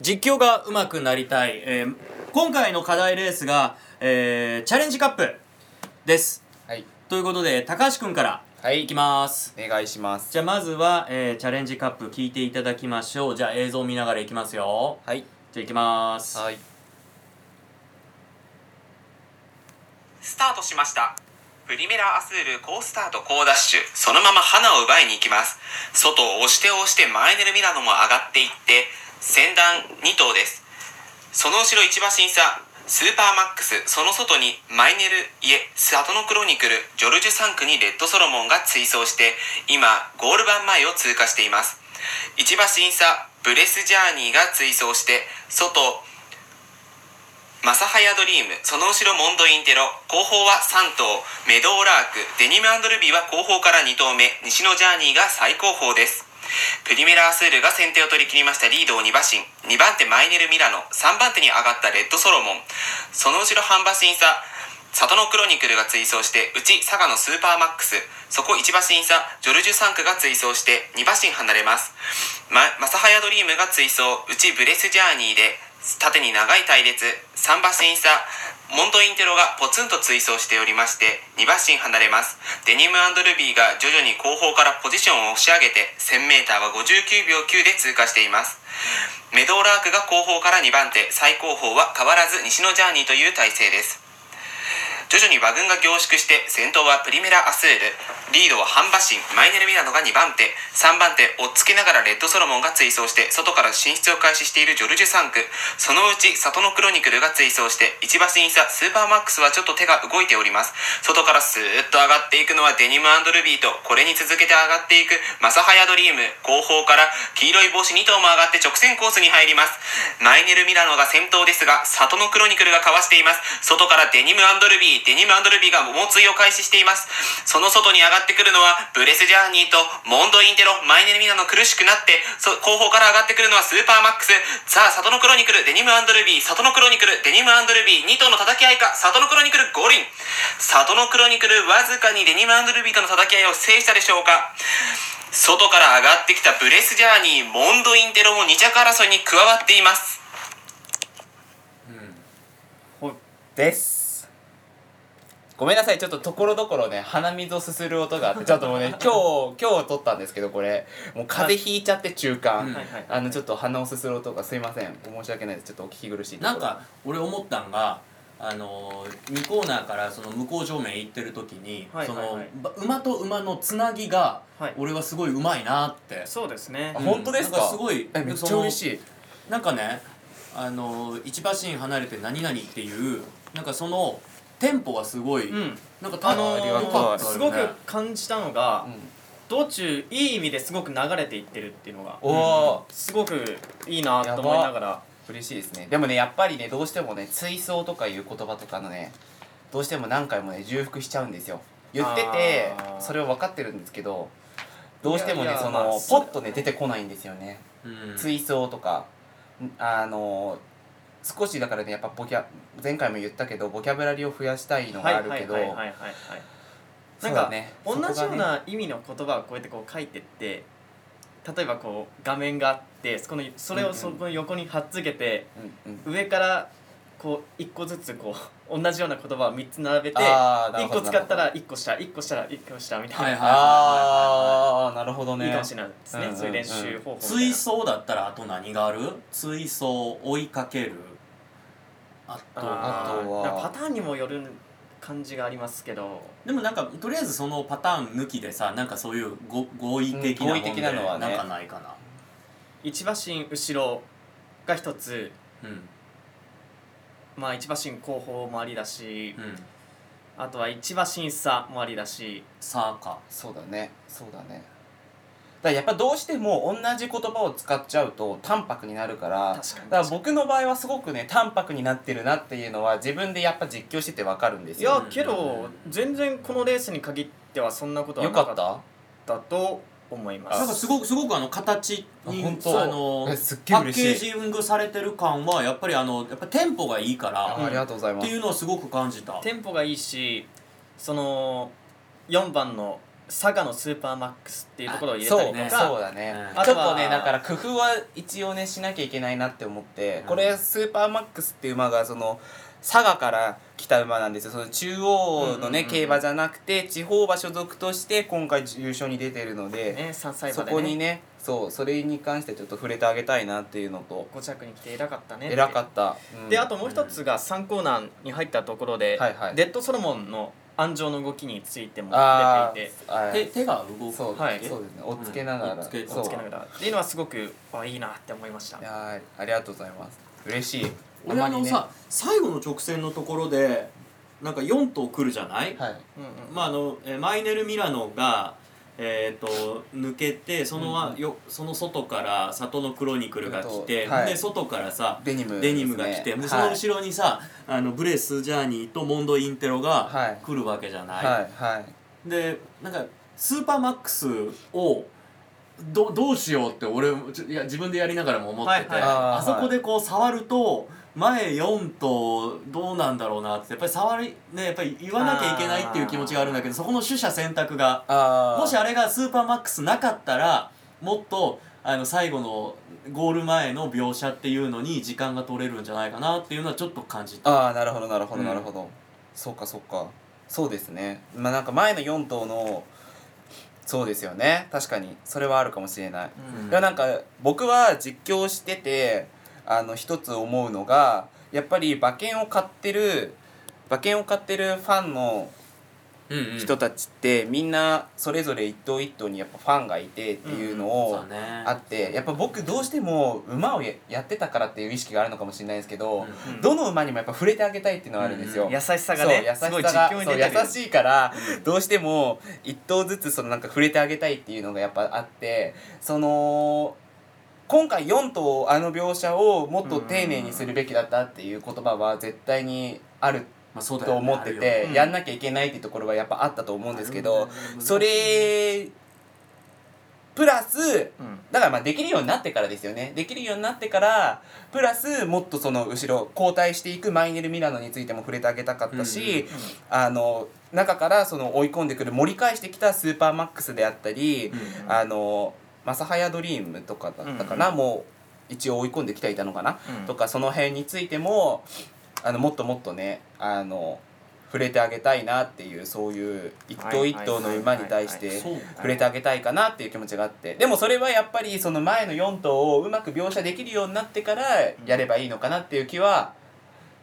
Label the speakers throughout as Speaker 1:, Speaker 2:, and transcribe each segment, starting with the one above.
Speaker 1: 実況が上手くなりたい、えー今回の課題レースが、えーチャレンジカップです
Speaker 2: はい
Speaker 1: ということで高橋君から
Speaker 2: はい
Speaker 1: いきます
Speaker 2: お願いします
Speaker 1: じゃあまずは、えーチャレンジカップ聞いていただきましょうじゃあ映像見ながらいきますよ
Speaker 2: はい
Speaker 1: じゃあいきます
Speaker 2: はい
Speaker 3: スタートしました。プリメラアスール好スタート好ダッシュ。そのまま花を奪いに行きます。外を押して押してマイネルミラノも上がっていって、先団2頭です。その後ろ1馬身差、スーパーマックス、その外にマイネル、いえ、スアトノクロニクル、ジョルジュ3区にレッドソロモンが追走して、今、ゴール板前を通過しています。1馬身差、ブレスジャーニーが追走して、外、マサハヤドリーム、その後ろモンドインテロ、後方は3頭、メドーラーク、デニムルビーは後方から2頭目、西のジャーニーが最後方です。プリメラアスールが先手を取り切りましたリードを2馬身、2番手マイネル・ミラノ、3番手に上がったレッドソロモン、その後ろ半馬身差、里のクロニクルが追走して、内佐賀のスーパーマックス、そこ1馬身差、ジョルジュ3区が追走して2馬身離れます。ま、マサハヤドリームが追走、うちブレスジャーニーで、縦に長い隊列、3馬身差、モンドインテロがポツンと追走しておりまして、2馬身離れます。デニムルビーが徐々に後方からポジションを押し上げて、1000m は59秒9で通過しています。メドーラークが後方から2番手、最後方は変わらず西のジャーニーという体制です。徐々に馬群が凝縮して先頭はプリメラ・アスールリードはハンバシンマイネル・ミラノが2番手3番手をっつけながらレッドソロモンが追走して外から進出を開始しているジョルジュ3区そのうちサトノクロニクルが追走して1馬身差スーパーマックスはちょっと手が動いております外からスーッと上がっていくのはデニムルビーとこれに続けて上がっていくマサハヤドリーム後方から黄色い帽子2頭も上がって直線コースに入りますマイネル・ミラノが先頭ですがサトノクロニクルがかわしています外からデニムルビーデニムルビーが猛追を開始していますその外に上がってくるのはブレスジャーニーとモンドインテロマイネル・ミラノ苦しくなってそ後方から上がってくるのはスーパーマックスさあサトノクロニクルデニムルビーサトノクロニクルデニムルビー2頭の叩き合いかサトノクロニクル五輪サトノクロニクルわずかにデニムルビーとの叩き合いを制したでしょうか外から上がってきたブレスジャーニーモンドインテロも2着争いに加わっています
Speaker 2: ほですごめんなさいちょっとところどころね鼻水をすする音があってちょっともうね今日今日撮ったんですけどこれもう風邪ひいちゃって中
Speaker 1: うん
Speaker 2: 間
Speaker 1: はいはい
Speaker 2: あのちょっと鼻をすする音がすいません申し訳ないですちょっとお聞き苦しいとこ
Speaker 1: なん
Speaker 2: ろ
Speaker 1: か俺思ったんがあの2コーナーからその向こう正面行ってる時に、
Speaker 4: はい
Speaker 1: その
Speaker 4: はいはい
Speaker 1: ば馬と馬のつなぎが、
Speaker 4: はい
Speaker 1: 俺はすごいうまいなって
Speaker 4: そうですね
Speaker 2: あ。本当ですか
Speaker 1: なんかすごい
Speaker 2: えめっちゃ嬉しい
Speaker 1: なんかねあの一馬身離れて何々っていうなんかそのテンポがすごい、
Speaker 4: うん。
Speaker 1: なんかた
Speaker 4: あの
Speaker 2: ありがと
Speaker 4: ー
Speaker 2: う
Speaker 1: 良かったよね
Speaker 4: すごく感じたのが、
Speaker 2: うん
Speaker 4: 道中いい意味ですごく流れていってるっていうのが、
Speaker 2: おお
Speaker 4: すごくいいなと思いながら。
Speaker 2: 嬉しいですねでもねやっぱりねどうしてもね追走とかいう言葉とかのねどうしても何回もね重複しちゃうんですよ言ってて
Speaker 4: あー
Speaker 2: それを分かってるんですけどどうしても
Speaker 4: い
Speaker 2: ね
Speaker 4: やいや
Speaker 2: その、
Speaker 4: まあ
Speaker 2: ポッとね出てこないんですよね、
Speaker 1: うん
Speaker 2: 追走とかんあの少しだからねやっぱボキャ前回も言ったけどボキャブラリーを増やしたいのがあるけど
Speaker 4: はいはいはいはいはい。
Speaker 2: そう
Speaker 4: なん
Speaker 2: だ
Speaker 4: か、
Speaker 2: ね
Speaker 4: 同じ
Speaker 2: そ
Speaker 4: よ
Speaker 2: こがね
Speaker 4: うな意味の言葉をこうやってこう書いてって、例えばこう画面があって、そこのそれ
Speaker 2: うんう
Speaker 4: を
Speaker 2: ん
Speaker 4: そこの横に貼っつけて、
Speaker 2: うんうん
Speaker 4: 上からこう一個ずつこう 同じような言葉を三つ並べて。
Speaker 2: あーなる
Speaker 4: 一
Speaker 2: ほど
Speaker 4: 個使った
Speaker 2: なる
Speaker 4: ら
Speaker 2: ほど
Speaker 4: 一個した一個したら一個したみたいな、
Speaker 1: はいはい
Speaker 2: あーなるほどね
Speaker 4: いいかもしれないですね、
Speaker 2: うんうん
Speaker 4: そういう練習方法みたいな
Speaker 1: 追走だったらあと何がある追走追いかけるあと
Speaker 4: あ
Speaker 2: あと
Speaker 4: と
Speaker 2: は
Speaker 4: はパターンにもよる感じがありますけど
Speaker 1: でもなんかとりあえずそのパターン抜きでさなんかそういうご合意的なもん
Speaker 2: うん合意的なのはね
Speaker 1: なんかないかな
Speaker 4: 一馬身後ろが一つ
Speaker 1: うん
Speaker 4: まあ一馬身後方もありだし、
Speaker 1: うん
Speaker 4: あとは一馬身差もありだし
Speaker 1: さあか
Speaker 2: そうだねそうだねだからやっぱどうしても同じ言葉を使っちゃうと淡白になるから
Speaker 4: 確かに
Speaker 2: だから僕の場合はすごくね淡白になってるなっていうのは自分でやっぱ実況しててわかるんです
Speaker 4: い
Speaker 2: よ
Speaker 4: やけど全然このレースに限ってはそんなことは
Speaker 2: よ
Speaker 4: な
Speaker 2: か
Speaker 4: か
Speaker 2: っ
Speaker 4: った
Speaker 2: た
Speaker 4: たと思いま
Speaker 1: なんか
Speaker 4: す
Speaker 1: すごくすごくあの形に
Speaker 2: あ本当
Speaker 1: あの
Speaker 2: えすっげえ
Speaker 1: パッ
Speaker 2: 嬉し
Speaker 1: ケ
Speaker 2: い
Speaker 1: ージングされてる感はやっぱりあのやっぱテンポがいいか
Speaker 2: あ
Speaker 1: ら
Speaker 2: ありがとうござい
Speaker 1: っ
Speaker 2: ま
Speaker 1: て
Speaker 2: す
Speaker 1: いうのをすごく感じた
Speaker 4: テンポがいいしその4番の佐賀のスーパーマックスっていうところを入れた
Speaker 3: そう
Speaker 4: り
Speaker 1: ね
Speaker 4: と
Speaker 3: そう
Speaker 4: か
Speaker 3: だね、
Speaker 1: うん
Speaker 3: ちょっと
Speaker 4: あ
Speaker 3: ね
Speaker 4: とは
Speaker 3: だから工夫は一応ねしなきゃいけないなって思って、
Speaker 1: うん
Speaker 3: これスーパーマックスっていう馬がその佐賀から来た馬なんですよその中央
Speaker 1: うん
Speaker 3: のね、
Speaker 1: うんうん
Speaker 3: 競馬じゃなくて地方馬所属として今回優勝に出てるので、
Speaker 4: ね3歳
Speaker 3: そ
Speaker 4: 馬で
Speaker 3: こに
Speaker 4: ね
Speaker 3: ねそうそれに関してちょっと触れてあげたいなっていうのと
Speaker 4: 5着に来て偉かったねって
Speaker 3: 偉かった、うん
Speaker 4: であともう一つが3コーナーに入ったところで、
Speaker 3: はいはい
Speaker 4: デッドソロモンの安城の動きについても
Speaker 3: あ
Speaker 4: 出ていて
Speaker 3: ーあ
Speaker 1: 手
Speaker 3: ー
Speaker 1: 手が動く
Speaker 3: そう,、
Speaker 4: はい
Speaker 3: そうですねおっつけながら、
Speaker 1: うんおっつけ
Speaker 3: そう
Speaker 4: つけながらっていうのはすごくあいいなって思いました
Speaker 3: いやーありがとうございます嬉しい
Speaker 1: 俺あ
Speaker 3: たま
Speaker 1: の
Speaker 3: にね
Speaker 1: さ、最後の直線のところでなんか4頭来るじゃない、
Speaker 3: はい
Speaker 4: うんうん
Speaker 1: まああのえーマイネル・ミラノが、えー、と抜けてその,、
Speaker 3: うんうん
Speaker 1: よその外から里のクロニクルが来て、
Speaker 3: はい
Speaker 1: で外からさ
Speaker 3: デニムですね、
Speaker 1: デニムが来て、でその
Speaker 3: はい
Speaker 1: 後ろにさあのブレス・ジャーニーとモンド・インテロ
Speaker 3: は
Speaker 1: が
Speaker 3: い
Speaker 1: 来るわけじゃない、
Speaker 3: はいはい
Speaker 1: でなんかスーパーマックスをどどうしようって俺ちょいや自分でやりながらも思ってて、
Speaker 4: はいはい
Speaker 1: あ
Speaker 3: あー
Speaker 1: そこでこう触ると前4とどうなんだろうなってやっぱり触りねやっぱり言わなきゃいけないっていう気持ちがあるんだけどそこの取捨選択が
Speaker 3: あー
Speaker 1: もしあれがスーパーマックスなかったらもっとあの最後のゴール前の描写っていうのに時間が取れるんじゃないかなっていうのはちょっと感じた。
Speaker 3: あーなるほどなるほど
Speaker 1: うん
Speaker 3: なるほど、そうかそうかそうですねまあなんか前の4頭のそうですよね確かにそれはあるかもしれない、
Speaker 4: うん
Speaker 3: いやなんか僕は実況しててあの一つ思うのがやっぱり馬券を買ってる馬券を買ってるファンの
Speaker 1: うんうん
Speaker 3: 人たちって、みんなそれぞれ一頭一頭にやっぱファンがいてっていうのを、
Speaker 1: そうね
Speaker 3: あってやっぱ僕どうしても馬をややってたからっていう意識があるのかもしれないですけど、
Speaker 1: う
Speaker 4: うん
Speaker 3: どの馬にもやっぱ触れてあげたいっていうのはあるんですよ。
Speaker 1: うん
Speaker 4: 優しさ
Speaker 3: そ
Speaker 4: が
Speaker 3: う
Speaker 4: ね
Speaker 3: 優し
Speaker 4: す
Speaker 3: さ
Speaker 4: ごい実
Speaker 3: が
Speaker 4: 況に
Speaker 3: そう
Speaker 4: 出てる
Speaker 3: 優しいからどうしても一頭ずつそのなんか触れてあげたいっていうのがやっぱあってその今回4頭あの描写をもっと丁寧にするべきだったっていう言葉は絶対にある
Speaker 1: まあそうだ
Speaker 3: と
Speaker 1: よね
Speaker 3: 思っ
Speaker 1: あ
Speaker 3: て
Speaker 1: るよね
Speaker 3: て、
Speaker 4: うん
Speaker 3: やんなきゃいけないっていうところはやっぱあったと思うんですけ
Speaker 1: あるん
Speaker 3: ど
Speaker 1: だよね
Speaker 3: それプラス
Speaker 4: うん
Speaker 3: だからまあできるようになってからですよねできるようになってからプラスもっとその後ろ交代していくマイネル・ミラノについても触れてあげたか
Speaker 1: う
Speaker 3: った
Speaker 1: んうんうん
Speaker 3: し、あの中からその追い込んでくる盛り返してきたスーパーマックスであったり、
Speaker 1: う
Speaker 3: あのマサハヤドリームとかだったかな、
Speaker 4: うんう
Speaker 3: もう一応追い込んできてはいたのかな、
Speaker 4: うん
Speaker 3: とかその辺についてもあのもっともっとねあの触れてあげたいなっていうそういう一頭一頭の馬に対し
Speaker 4: はい
Speaker 3: て
Speaker 4: は
Speaker 1: そうか
Speaker 3: 触れてあげたいかなっていう気持ちがあってでもそれはやっぱりその前の4頭をうまく描写できるようになってからやればいいのかなっていう気は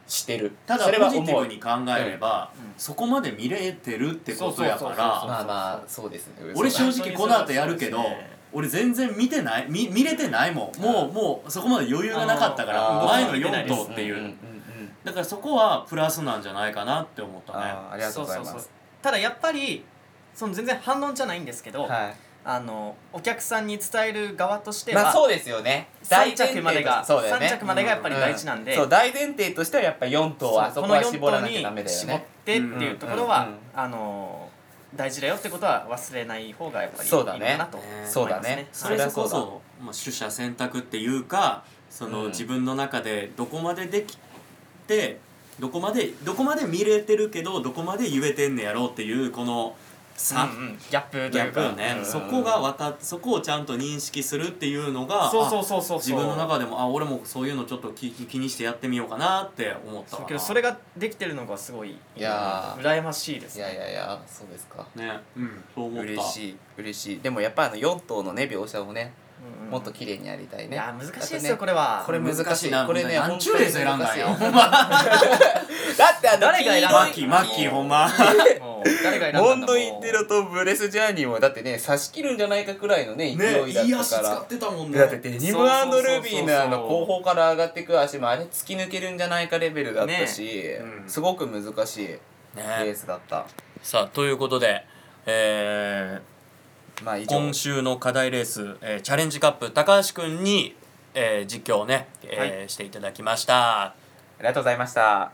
Speaker 3: してる、
Speaker 1: ただ
Speaker 3: それは
Speaker 1: ポジ
Speaker 3: 思
Speaker 1: ティ
Speaker 3: う
Speaker 1: ブに考えれば、
Speaker 4: うんうん
Speaker 1: そこまで見れてるってことやか
Speaker 4: そうそうそうそ
Speaker 1: ら
Speaker 4: う
Speaker 3: まあまあそうですね
Speaker 1: 俺
Speaker 3: そう
Speaker 1: 正
Speaker 3: だ
Speaker 1: 直この後やるけど、
Speaker 4: そうですね
Speaker 1: 俺全然見てない見見れてないもんもうもうそこまで余裕がなかったから
Speaker 3: あー
Speaker 1: 前の4頭っていう、
Speaker 3: んんんん
Speaker 1: だからそこはプラスなんじゃないかなって思ったね
Speaker 3: あーありがとうございます
Speaker 4: そそそただやっぱりその全然反論じゃないんですけど、
Speaker 3: はい
Speaker 4: あのお客さんに伝える側としては、
Speaker 3: まあそうですよね
Speaker 4: 3着までが、
Speaker 3: そうだよね
Speaker 4: 3着までがやっぱり大事なんで、
Speaker 3: うんそう大前提としてはやっぱ4頭はそ
Speaker 4: そう
Speaker 3: こ
Speaker 4: この
Speaker 3: は
Speaker 4: 4
Speaker 3: 絞ら
Speaker 4: 頭
Speaker 3: なきゃダメ
Speaker 4: に
Speaker 3: だよ
Speaker 4: 絞っ
Speaker 3: ね
Speaker 4: てっていうところは、
Speaker 3: うんうんうん
Speaker 4: あの大事だよってことは忘れない方がやっぱりいい
Speaker 3: そう
Speaker 4: の
Speaker 3: だ
Speaker 4: か
Speaker 3: ね
Speaker 4: なと思い
Speaker 1: ね
Speaker 4: ますね
Speaker 3: そうだね
Speaker 1: それ
Speaker 3: そりゃ
Speaker 1: こ
Speaker 3: そうだ
Speaker 1: そ、まあ、取捨選択っていうかその、
Speaker 3: うん
Speaker 1: 自分の中でどこまでできてどこまでどこまで見れてるけどどこまで言えてんねやろうっていうこの差、
Speaker 4: うんうんギャップと
Speaker 1: ギ
Speaker 4: い
Speaker 1: ャッ
Speaker 4: う
Speaker 1: プ
Speaker 4: か
Speaker 1: よね、
Speaker 3: うん
Speaker 1: そこが分かっそこをちゃんと認識するっていうのが
Speaker 4: そうそうそうそうそう
Speaker 1: あ自分の中でもあ俺もそういうのちょっと気気にしてやってみようかなって思った
Speaker 4: そ
Speaker 1: わ
Speaker 4: う
Speaker 1: な
Speaker 4: けどそれができてるのがすごい
Speaker 3: いやー
Speaker 4: 羨ましいで
Speaker 3: い
Speaker 4: すね
Speaker 3: やいやいやそうですか
Speaker 1: ねうんそう思った
Speaker 3: 嬉しい嬉しいでもやっぱあの4頭のね描写をね
Speaker 4: うんうん
Speaker 3: もっと綺麗にやりたい
Speaker 4: い
Speaker 3: ね
Speaker 4: やー難しいです
Speaker 3: あと
Speaker 4: よ
Speaker 3: ね
Speaker 4: これは
Speaker 3: これ難しい
Speaker 1: な
Speaker 3: これね
Speaker 1: 何ちゅうレース選んだんや
Speaker 3: 本当
Speaker 1: ほん ま
Speaker 3: だってあの
Speaker 4: 誰が選んだ
Speaker 1: マ
Speaker 4: の
Speaker 1: ッキーマッキーほんま
Speaker 4: もう誰が選んだんだ
Speaker 3: モンドインテロとブレスジャーニーもだってね差し切るんじゃないかくらいのね勢いだ
Speaker 1: ねいい
Speaker 3: っ
Speaker 1: 足
Speaker 3: たか
Speaker 1: 使
Speaker 3: ら
Speaker 1: ってたもんね
Speaker 3: だってデニム
Speaker 4: そうそうそうそう
Speaker 3: ルビーのあの後方から上がってく足もあれ突き抜けるんじゃないかレベルだったし、
Speaker 1: うん
Speaker 3: すごく難しいレー
Speaker 1: ね
Speaker 3: スだった、
Speaker 1: さあということでえー
Speaker 3: まあ以上
Speaker 1: 今週の課題レース、えーチャレンジカップ高橋君に、えー実況をね、えーしていただきました。
Speaker 3: ありがとうございました